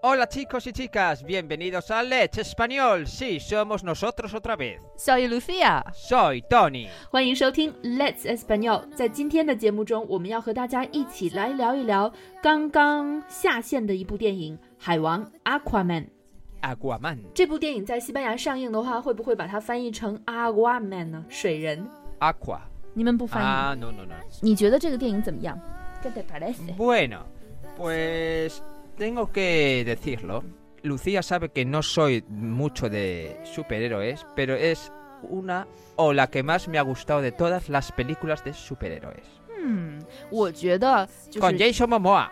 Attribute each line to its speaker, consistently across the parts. Speaker 1: Hola chicos y chicas, bienvenidos a Let's Español. Sí, somos nosotros otra vez.
Speaker 2: 小雨 Lucia，
Speaker 1: Soy Tony.
Speaker 3: 欢迎收听 Let's Español。在今天的节目中，我们要和大家一起来聊一聊刚刚下线的一部电影《海王 Aquaman》。
Speaker 1: Aguaman.
Speaker 3: 这部电影在西班牙上映的话，会不会把它翻译成 Aquaman 呢？水人。
Speaker 1: Aqua.
Speaker 2: 你们不翻译、
Speaker 1: Ah, no, no, no.
Speaker 2: 你觉得这个电影怎么样？
Speaker 1: Bueno, pues tengo que decirlo. Lucía sabe que no soy mucho de superhéroes, pero es una o la que más me ha gustado de todas las películas de superhéroes.
Speaker 2: 嗯，我觉得就
Speaker 1: Con
Speaker 2: 是
Speaker 1: Jason Momoa.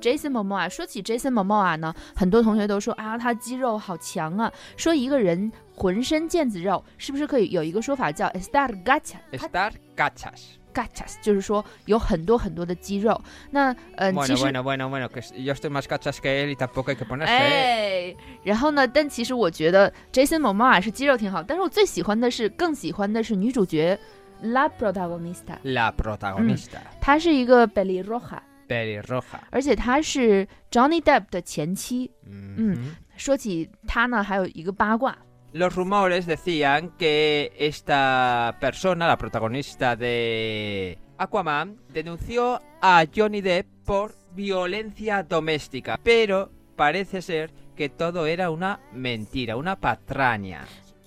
Speaker 2: Jason Momoa。说起 Jason Momoa 呢，很多同学都说啊，他肌肉好强啊。说一个人浑身腱子肉，是不是可以有一个说法叫 estar gacha？他
Speaker 1: Star Cachas.
Speaker 2: gachas 就是说有很多很多的肌肉。那嗯、呃，其
Speaker 1: Bueno,
Speaker 2: 实
Speaker 1: bueno, bueno, bueno, que s- yo estoy más cachas que él y tampoco hay que ponerse. ¿eh?
Speaker 2: 哎，然后呢？但其实我觉得 Jason Momoa 是肌肉挺好，但是我最喜欢的是，更喜欢的是女主角 La protagonista，
Speaker 1: La protagonista,
Speaker 2: 她是一个 pelirroja，
Speaker 1: pelirroja.
Speaker 2: 而且她是 Johnny Depp 的前妻。
Speaker 1: Mhm.
Speaker 2: 说起她呢，还有一个八卦，
Speaker 1: Los rumores decían que esta persona, la protagonista de Aquaman, denunció a Johnny Depp por violencia doméstica, pero parece ser que todo era una mentira, una patraña.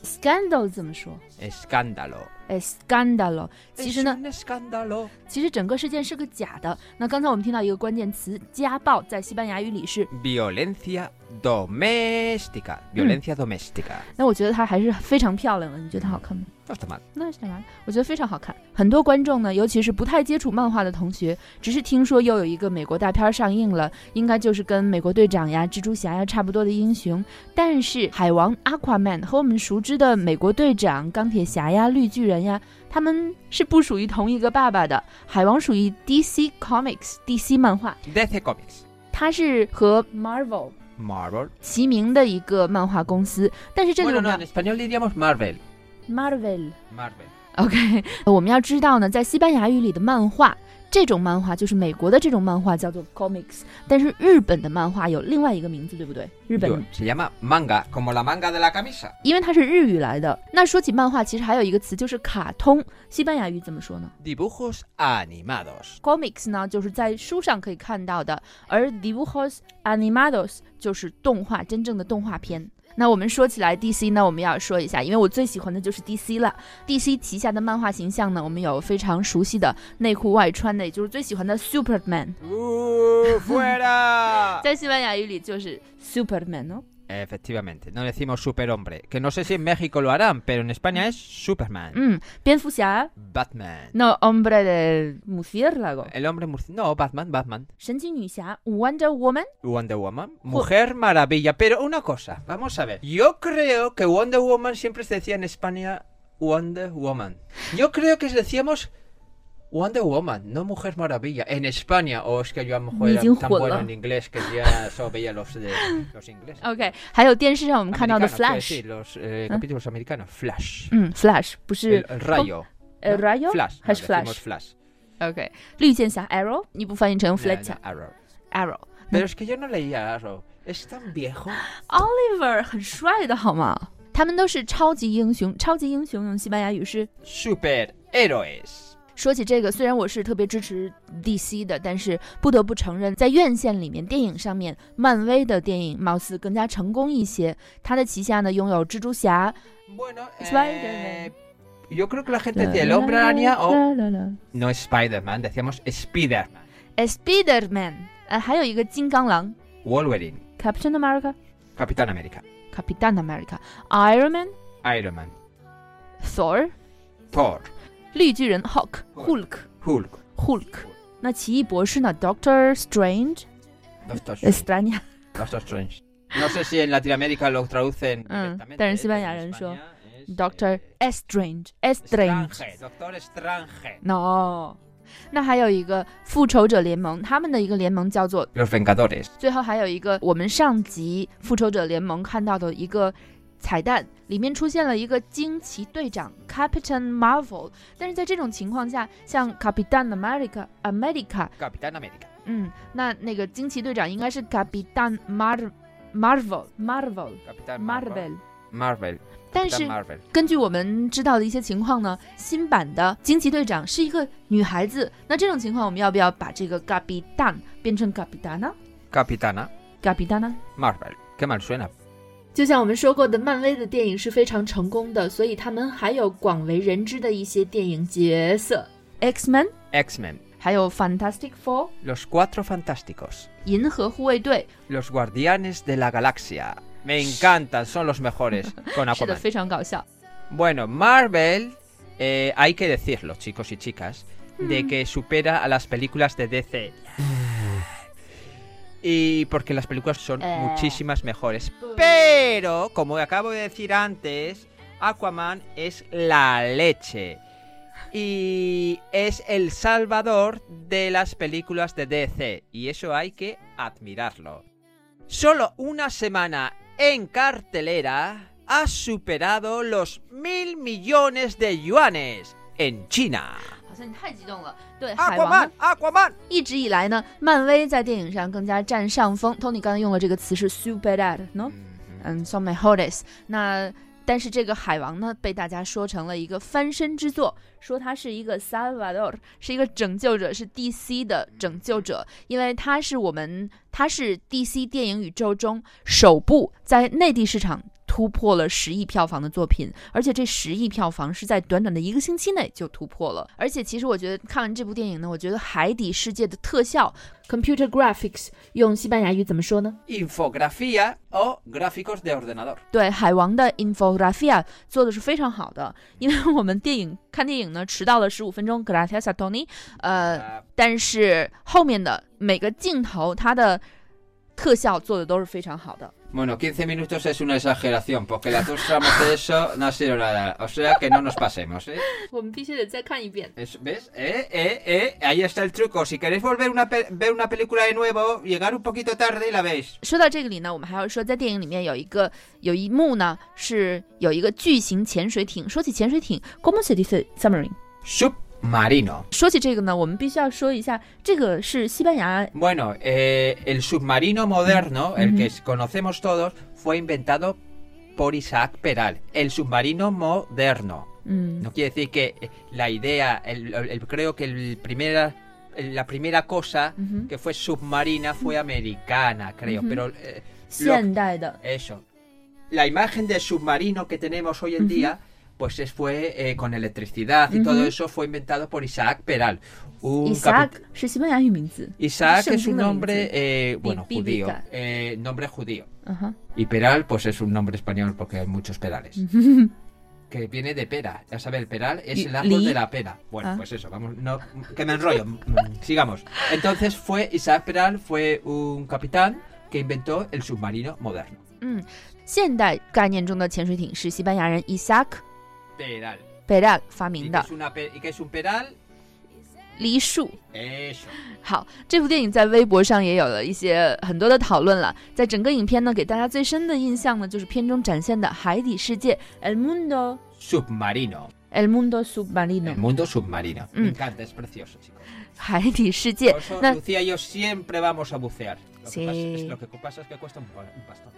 Speaker 2: scandal 怎么说？
Speaker 1: Escándalo.
Speaker 2: 哎，scandal，其实
Speaker 1: Es
Speaker 2: 呢，
Speaker 1: un escándalo.
Speaker 2: 其实整个事件是个假的。那刚才我们听到一个关键词“家暴”，在西班牙语里是，
Speaker 1: Violencia doméstica. Violencia doméstica.
Speaker 2: 那我觉得她还是非常漂亮的。你觉得她好看吗？
Speaker 1: No está mal.
Speaker 2: 那是干嘛？我觉得非常好看。很多观众呢，尤其是不太接触漫画的同学，只是听说又有一个美国大片上映了，应该就是跟美国队长呀、蜘蛛侠呀差不多的英雄。但是海王 Aquaman 和我们熟知的美国队长、钢铁侠呀、绿巨人呀，他们是不属于同一个爸爸的。海王属于 DC Comics DC 漫画，
Speaker 1: DC Comics.
Speaker 2: 它是和 Marvel
Speaker 1: Marvel.
Speaker 2: 齐名的一个漫画公司。但是这里
Speaker 1: Bueno,
Speaker 2: 我
Speaker 1: no,
Speaker 2: 们
Speaker 1: en español diríamos Marvel.
Speaker 2: 要 Marvel。
Speaker 1: Marvel.
Speaker 2: OK，我呃们要知道呢，在西班牙语里的漫画，这种漫画就是美国的这种漫画叫做 comics，但是日本的漫画有另外一个名字，对不对？日本
Speaker 1: Yo- Se llama manga, como la manga de la camisa.
Speaker 2: 因为它是日语来的。那说起漫画，其实还有一个词就是卡通，西班牙语怎么说呢
Speaker 1: Dibujos animados.
Speaker 2: ？comics 呢，就是在书上可以看到的，而 dibujos animados 就是动画，真正的动画片。那我们说起来 DC 呢，我们要说一下，因为我最喜欢的就是 DC 了。DC 旗下的漫画形象呢，我们有非常熟悉的内裤外穿的，也就是最喜欢的 Superman。
Speaker 1: ¡Uh, ¡Fuera!
Speaker 2: 在西班牙语里就是 Superman 哦。
Speaker 1: Efectivamente, no decimos superhombre. Que no sé si en México lo harán, pero en España es Superman.
Speaker 2: 嗯，蝙蝠侠
Speaker 1: Batman.
Speaker 2: ，No hombre de murciélago，
Speaker 1: El hombre murci- No, Batman, Batman.
Speaker 2: 神奇女侠，Wonder Woman。
Speaker 1: Wonder Woman. Mujer maravilla. Pero una cosa, vamos a ver. Yo creo que Wonder Woman siempre se decía en España Wonder Woman. Yo creo que decíamos Wonder Woman, no Mujer Maravilla. En España, o es que yo a lo mejor
Speaker 2: Ni
Speaker 1: era
Speaker 2: sin
Speaker 1: tan
Speaker 2: juego.
Speaker 1: bueno en inglés que ya solo veía los, de, los ingleses.
Speaker 2: OK，还有电视上我们看到的
Speaker 1: Americanos, quiero decir,
Speaker 2: Flash，
Speaker 1: los eh,
Speaker 2: ¿Ah?
Speaker 1: capítulos americanos. Flash.
Speaker 2: 嗯，Flash 不
Speaker 1: El,
Speaker 2: 是呃
Speaker 1: el rayo.
Speaker 2: El
Speaker 1: ¿no?
Speaker 2: Rayo
Speaker 1: Flash. no,
Speaker 2: Hash
Speaker 1: decimos
Speaker 2: Flash.
Speaker 1: Flash.
Speaker 2: OK，绿箭侠 Arrow，你不翻译成
Speaker 1: No,
Speaker 2: Fletcher
Speaker 1: no, Arrow.
Speaker 2: Arrow。
Speaker 1: Pero es que yo no leía Arrow. Es tan viejo.
Speaker 2: Oliver 很帅的好吗？他们都是超级英雄，超级英雄用西班牙语是
Speaker 1: Superhéroes.
Speaker 2: 说起这个，虽然我是特别支持 DC 的，但是不得不承认，在院线里面、电影上面，漫威的电影貌似更加成功一些。它的旗下呢拥有蜘蛛侠、
Speaker 1: Bueno, eh,
Speaker 2: Spider-Man.
Speaker 1: yo creo que la
Speaker 2: 呃
Speaker 1: gente decía el hombre araña o... No Spider-Man, decíamos Spider-Man.
Speaker 2: Spider-Man，呃，还有一个金刚狼
Speaker 1: Wolverine,
Speaker 2: Captain America、
Speaker 1: Capitán América,
Speaker 2: Captain America、Iron Man、
Speaker 1: Iron Man,
Speaker 2: Thor、
Speaker 1: Thor,
Speaker 2: 绿巨人 Hulk、Hulk、
Speaker 1: Hulk,
Speaker 2: Hulk。那奇异博士呢？Doctor Strange、
Speaker 1: Doctor Strange.
Speaker 2: Strange。
Speaker 1: Doctor Strange. No sé si en Latinoamérica lo traducen
Speaker 2: Mm,
Speaker 1: directamente,
Speaker 2: pero en
Speaker 1: ¿eh?
Speaker 2: España
Speaker 1: en
Speaker 2: en eso.
Speaker 1: España es,
Speaker 2: Doctor
Speaker 1: eh,
Speaker 2: Strange、Strange。
Speaker 1: Strange, Doctor Strange.
Speaker 2: no。那还有一个复仇者联盟，他们的一个联盟叫做，
Speaker 1: Los Vengadores.
Speaker 2: 最后还有一个我们上集复仇者联盟看到的一个彩蛋，里面出现了一个惊奇队长 Captain Marvel，但是在这种情况下，像 Captain America America，
Speaker 1: Capitán América.
Speaker 2: 嗯，那那个惊奇队长应该是 Captain Mar Marvel Marvel
Speaker 1: Capitán Marvel.
Speaker 2: Marvel。
Speaker 1: Marvel，
Speaker 2: 但
Speaker 1: Capitán
Speaker 2: 是
Speaker 1: Marvel，
Speaker 2: 根据我们知道的一些情况呢，新版的惊奇队长是一个女孩子。那这种情况，我们要不要把这个 g a b i d a n 变成 g a b i d a n a
Speaker 1: Capitana
Speaker 2: g a b i d a n a
Speaker 1: Marvel. Qué mal suena.
Speaker 3: 就像我们说过的，漫威的电影是非常成功的，所以他们还有广为人知的一些电影角色。
Speaker 2: X Men，
Speaker 1: X-Men,
Speaker 2: 还有 Fantastic Four，
Speaker 1: los cuatro fantásticos,
Speaker 2: 银河护卫队。
Speaker 1: los guardianes de la galaxia. Me encantan, son los mejores con
Speaker 2: 是的，
Speaker 1: Aquaman.
Speaker 2: 非常搞笑。
Speaker 1: Bueno, Marvel, eh, hay que decirlo, chicos y chicas, de que supera a las películas de DC. Y porque las películas son
Speaker 2: Eh.
Speaker 1: muchísimas mejores. Pero, como acabo de decir antes, Aquaman es la leche. Y es el salvador de las películas de DC. Y eso hay que admirarlo. Solo una semana en cartelera ha superado los mil millones de yuanes en China.
Speaker 2: 好像你太激动了。对，海王呢
Speaker 1: Aquaman, Aquaman.
Speaker 2: 一直以来呢，漫威在电影上更加占上风。Tony 刚才用了这个词是 superad，no？嗯，so my h o l i s 那但是这个海王呢，被大家说成了一个翻身之作，说他是一个 Salvador，是一个拯救者，是 DC 的拯救者，
Speaker 3: 嗯
Speaker 2: 因为他是我们，他是 DC 电影宇宙中首部在内地市场。突破了十亿票房的作品，而且这十亿票房是在短短的一个星期内就突破了。而且，其实我觉得看完这部电影呢，我觉得海底世界的特效
Speaker 3: Computer graphics 用西班牙语怎么说呢？
Speaker 1: Infografía o gráficos de ordenador.
Speaker 2: 对海王的 infografia 做的是非常好的，因为我们电影看电影呢迟到了十五分钟，gracias a Tony，呃，
Speaker 1: Ah,
Speaker 2: 但是后面的每个镜头它的特效做的都是非常好的。
Speaker 1: Bueno, 15 minutos es una exageración, porque las dos ramas de eso no ha sido nada. O sea que no nos pasemos, ¿eh?
Speaker 3: 我们必须得再看一遍。
Speaker 1: Es- ¿Ves? Eh, eh, eh, ahí está el truco. Si queréis volver una pe- ver una película de nuevo, llegar un poquito tarde y la veis.
Speaker 2: 说到这个里呢，我们还要说，在电影里面有一个有一幕呢是有一个巨型潜水艇。说起潜水艇，como se dice submarine？
Speaker 1: Submarino.
Speaker 2: 说起这个呢，我们必须要说一下，这个是西班牙
Speaker 1: Bueno, eh, el submarino moderno, el que conocemos todos, fue inventado por Isaac Peral. El submarino moderno.
Speaker 2: 嗯
Speaker 1: No quiere decir que eh, la idea, el- el- creo que el primera, la primera cosa
Speaker 2: Ujú.
Speaker 1: que fue submarina fue americana, creo,
Speaker 2: Ujú.
Speaker 1: pero eh,
Speaker 2: 现代的
Speaker 1: eso. La imagen del submarino que tenemos hoy en
Speaker 2: Ujú.
Speaker 1: día, pues es- fue eh, con electricidad y todo
Speaker 2: Ujú.
Speaker 1: eso fue inventado por Isaac Peral. Un
Speaker 2: Isaac
Speaker 1: capit-
Speaker 2: 是西班牙语名字。
Speaker 1: Uh, Isaac es un
Speaker 2: Sentido
Speaker 1: nombre,
Speaker 2: Vinci.
Speaker 1: eh, bueno,
Speaker 2: Bi-
Speaker 1: judío,
Speaker 2: bíblica.
Speaker 1: eh, nombre judío.
Speaker 2: 嗯哼。
Speaker 1: Y Peral, pues es un nombre español porque hay muchos perales. que viene de pera. Ya sabes, el peral es
Speaker 2: Y-
Speaker 1: el árbol
Speaker 2: li-
Speaker 1: de la pera. Bueno,
Speaker 2: Ah.
Speaker 1: pues eso, vamos, no, que me enrollo. Mm, Sigamos. Entonces fue Isaac Peral, fue un capitán que inventó el submarino moderno.
Speaker 2: 嗯现代概念中的潜水艇是西班牙人 Isaac
Speaker 1: Peral.
Speaker 2: Peral 发
Speaker 1: ¿Y
Speaker 2: 明
Speaker 1: qué
Speaker 2: 的
Speaker 1: es, una pe- y qué es un peral?
Speaker 2: 梨树。
Speaker 1: Eso.
Speaker 2: 好，这部电影在微博上也有了一些很多的讨论了。在整个影片呢，给大家最深的印象呢，就是片中展现的海底世界 El mundo
Speaker 1: Submarino.
Speaker 2: El mundo
Speaker 1: El
Speaker 2: submarino
Speaker 1: mundo submarino.
Speaker 2: Mm.
Speaker 1: Me encanta, es precioso, chicos.
Speaker 2: 海底世界
Speaker 1: Por。eso,
Speaker 2: 那
Speaker 1: Lucía y yo siempre vamos a bucear. Lo,
Speaker 2: Sí.
Speaker 1: que pasa es, lo que pasa es que cuesta un, pa- un pastón.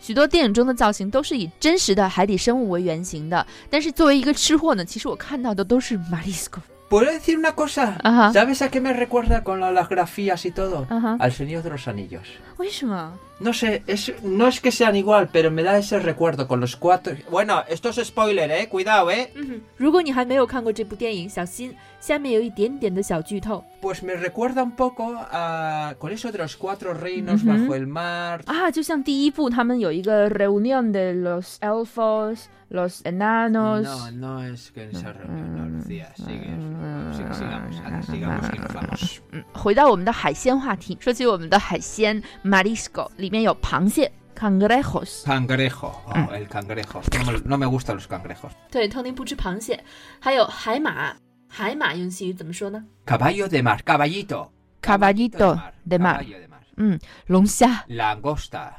Speaker 2: 许多电影中的造型都是以真实的海底生物为原型的。但是作为一个吃货呢，其实我看到的都是 Marisco。
Speaker 1: ¿Puedo decir una cosa?
Speaker 2: Ajá.
Speaker 1: ¿Sabes a qué me recuerda con la- las grafías y todo?
Speaker 2: 啊哈，
Speaker 1: Al Señor de los Anillos.
Speaker 2: 为什么？
Speaker 1: No sé, es, no es que sean igual, pero me da ese recuerdo con los cuatro. Bueno, esto es spoiler, eh, cuidado, eh.
Speaker 3: 嗯哼，如果你还没有看过这部电影，小心下面有一点点的小剧透。
Speaker 1: Pues me recuerda un poco a. con eso de los cuatro reinos
Speaker 2: Ujú.
Speaker 1: bajo el mar.
Speaker 2: 啊，就像第一部他们有一个 reunion de los elfos, los enanos。
Speaker 1: No, no es que esa reunión, no, Lucía. Sigue. Sí, sigamos, anda, sigamos que nos vamos.
Speaker 2: 回到我们的海鲜话题，说起我们的海鲜 marisco，里面有螃蟹 cangrejos。
Speaker 1: Cangrejo,
Speaker 2: Ah.
Speaker 1: oh, el cangrejo. No me, no me gustan los cangrejos.
Speaker 3: 对，Tony 不吃螃蟹，还有海马，海马用西语怎么说呢？
Speaker 1: Caballo de mar, caballito.
Speaker 2: Caballito de mar.
Speaker 1: Caballo de mar.
Speaker 2: 嗯，龙虾。
Speaker 1: Langosta.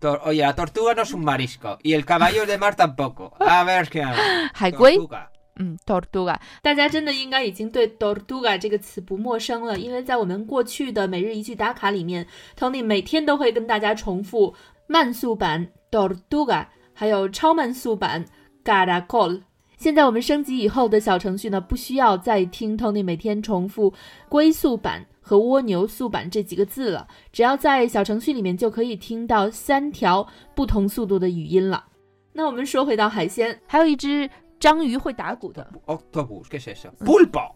Speaker 1: Tor- Oye, la tortuga no es un marisco. Y el caballo de mar tampoco. A ver qué hago.
Speaker 2: 海龟
Speaker 1: Tortuga.
Speaker 2: 嗯，tortuga。
Speaker 3: 大家真的应该已经对 tortuga 这个词不陌生了，因为在我们过去的每日一句打卡里面，Tony 每天都会跟大家重复
Speaker 2: 慢速版 Tortuga，还有超慢速版 Caracol。现在我们升级以后的小程序呢，不需要再听 Tony 每天重复龟速版和蜗牛速版这几个字了，只要在小程序里面就可以听到三条不同速度的语音了。那我们说回到海鲜，
Speaker 4: 还有一只章鱼会打鼓的，
Speaker 1: Octopus, ¿qué es eso? ¡Pulpo!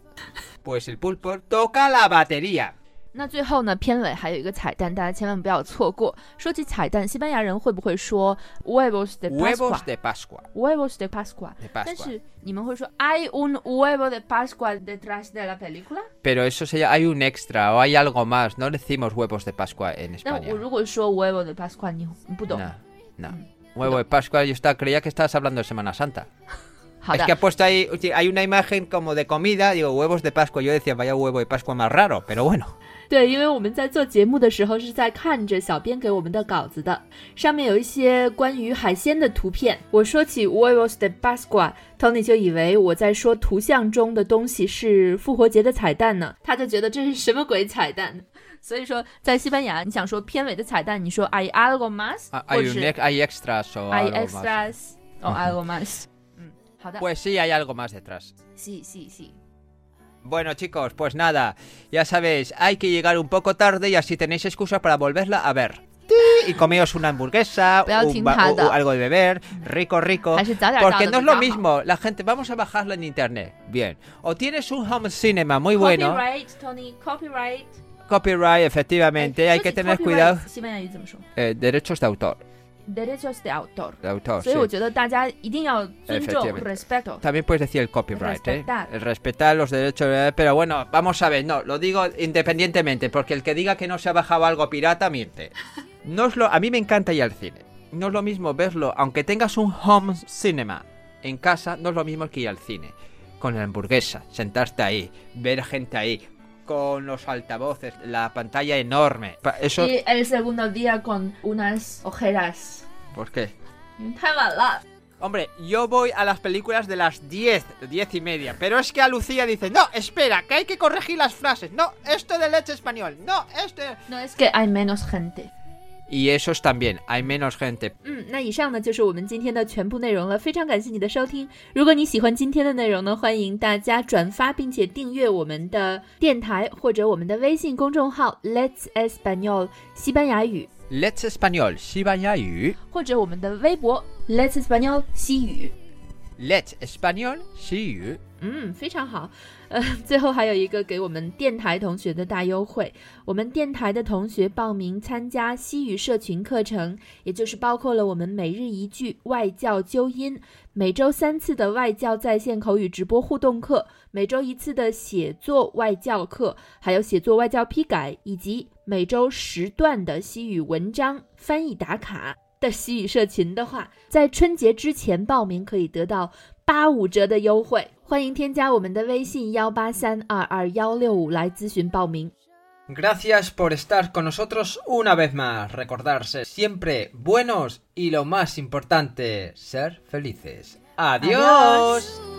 Speaker 1: Pues el pulpo toca la batería.
Speaker 4: 那最后呢，片尾还有一个彩蛋，大家千万不要错过。说起彩蛋，西班牙人会不会说 huevos de
Speaker 1: Huevos
Speaker 4: Pascua？huevos de
Speaker 1: de Pascua.
Speaker 4: Pascua？
Speaker 1: De
Speaker 4: 但
Speaker 1: Pascua.
Speaker 4: 是你们会说 hay un huevo de Pascua detrás de la película？
Speaker 1: Pero eso se llama- hay un extra o hay algo más. No decimos huevos de Pascua en
Speaker 4: 那
Speaker 1: España.
Speaker 4: 我如果说 huevo de Pascua，你你不懂。
Speaker 1: No, no. Huevo de Pascua, yo estaba, creía que estabas hablando de Semana Santa.
Speaker 4: 好
Speaker 1: Es
Speaker 4: 的
Speaker 1: que，ha puesto ahí, hay una imagen como de comida, digo, huevos de Pascua. Yo decía, vaya huevo de Pascua más raro, pero bueno.
Speaker 2: 对，因为我们在做节目的时候是在看着小编给我们的稿子的，上面有一些关于海鲜的图片。我说起 huevos de Pascua，Tony 就以为我在说图像中的东西是复活节的彩蛋呢，他就觉得这是什么鬼彩蛋。
Speaker 4: 所以说在西班牙，你想说片尾的彩蛋，你说 hay algo más，
Speaker 1: Ah,
Speaker 4: 或
Speaker 1: Hay,
Speaker 4: 者
Speaker 1: un
Speaker 4: 是
Speaker 1: ex- hay extras o
Speaker 4: Pues hay
Speaker 1: algo más.
Speaker 4: extras，哦 algo más。嗯，好的，
Speaker 1: Pues sí, hay algo más detrás.
Speaker 4: 是是是。
Speaker 1: Bueno chicos, pues nada, ya sabéis, hay que llegar un poco tarde y así tenéis excusa para volverla a ver. ¡Ti! Y comeos una hamburguesa,
Speaker 4: Voy al
Speaker 1: un
Speaker 4: Team
Speaker 1: ba- o-
Speaker 4: Hada.
Speaker 1: o algo de beber, rico, rico.
Speaker 4: 还是早点到的
Speaker 1: Porque no es
Speaker 4: 比
Speaker 1: lo
Speaker 4: 较好
Speaker 1: mismo, la gente, vamos a bajarla en internet. Bien. O tienes un home cinema muy bueno,
Speaker 4: Tony copyright。
Speaker 1: copyright, efectivamente, hay que tener cuidado.
Speaker 4: 西班牙语怎么说
Speaker 1: Eh, derechos de autor.
Speaker 4: ？Derechos de autor。
Speaker 1: De autor
Speaker 4: 所以
Speaker 1: sí.
Speaker 4: 我觉得大家一定要尊重
Speaker 1: Efectivamente
Speaker 4: respect。
Speaker 1: También puedes decir el copyright, ¿eh?
Speaker 4: Respetar.
Speaker 1: El respetar los derechos, eh, pero bueno, vamos a ver, no, lo digo independientemente, porque el que diga que no se ha bajado algo pirata miente. No es lo, a mí me encanta ir al cine. No es lo mismo verlo, aunque tengas un home cinema en casa, no es lo mismo que ir al cine. Con la hamburguesa, sentarte ahí, ver gente ahí, con los altavoces, la pantalla enorme. Pa- Eso,
Speaker 4: Y el segundo día con unas ojeras，
Speaker 1: ¿por qué?
Speaker 4: 因为太晚了。
Speaker 1: Hombre, yo voy a las películas de las 10, 10 y media. Pero es que a Lucía dice, no, espera, que hay que corregir las frases. No, esto de leche español. No, este esto... de-".
Speaker 4: No es que hay menos gente。
Speaker 1: Y esos también, hay menos gente.
Speaker 2: 嗯，那以上呢就是我们今天的全部内容了，非常感谢你的收听。如果你喜欢今天的内容呢，欢迎大家转发并且订阅我们的电台或者我们的微信公众号 Let's Espanol 西班牙语
Speaker 1: Leche español, Shibayayu.
Speaker 4: 或者我们的微博
Speaker 2: Let's Espanol 西语。
Speaker 1: Leche español, Shiyu.
Speaker 2: 嗯，非常好。呃，最后还有一个给我们电台同学的大优惠，我们电台的同学报名参加西语社群课程，也就是包括了我们每日一句外教纠音、每周三次的外教在线口语直播互动课、每周一次的写作外教课，还有写作外教批改，以及每周十段的西语文章翻译打卡。的西语社群的话，在春节之前报名可以得到八五折的优惠。欢迎添加我们的微信幺八三二二幺六五来咨询报名。
Speaker 1: Gracias por estar con nosotros una vez más. Recordarse siempre buenos y lo más importante, ser felices. Adiós.
Speaker 4: Adiós.
Speaker 5: Adiós.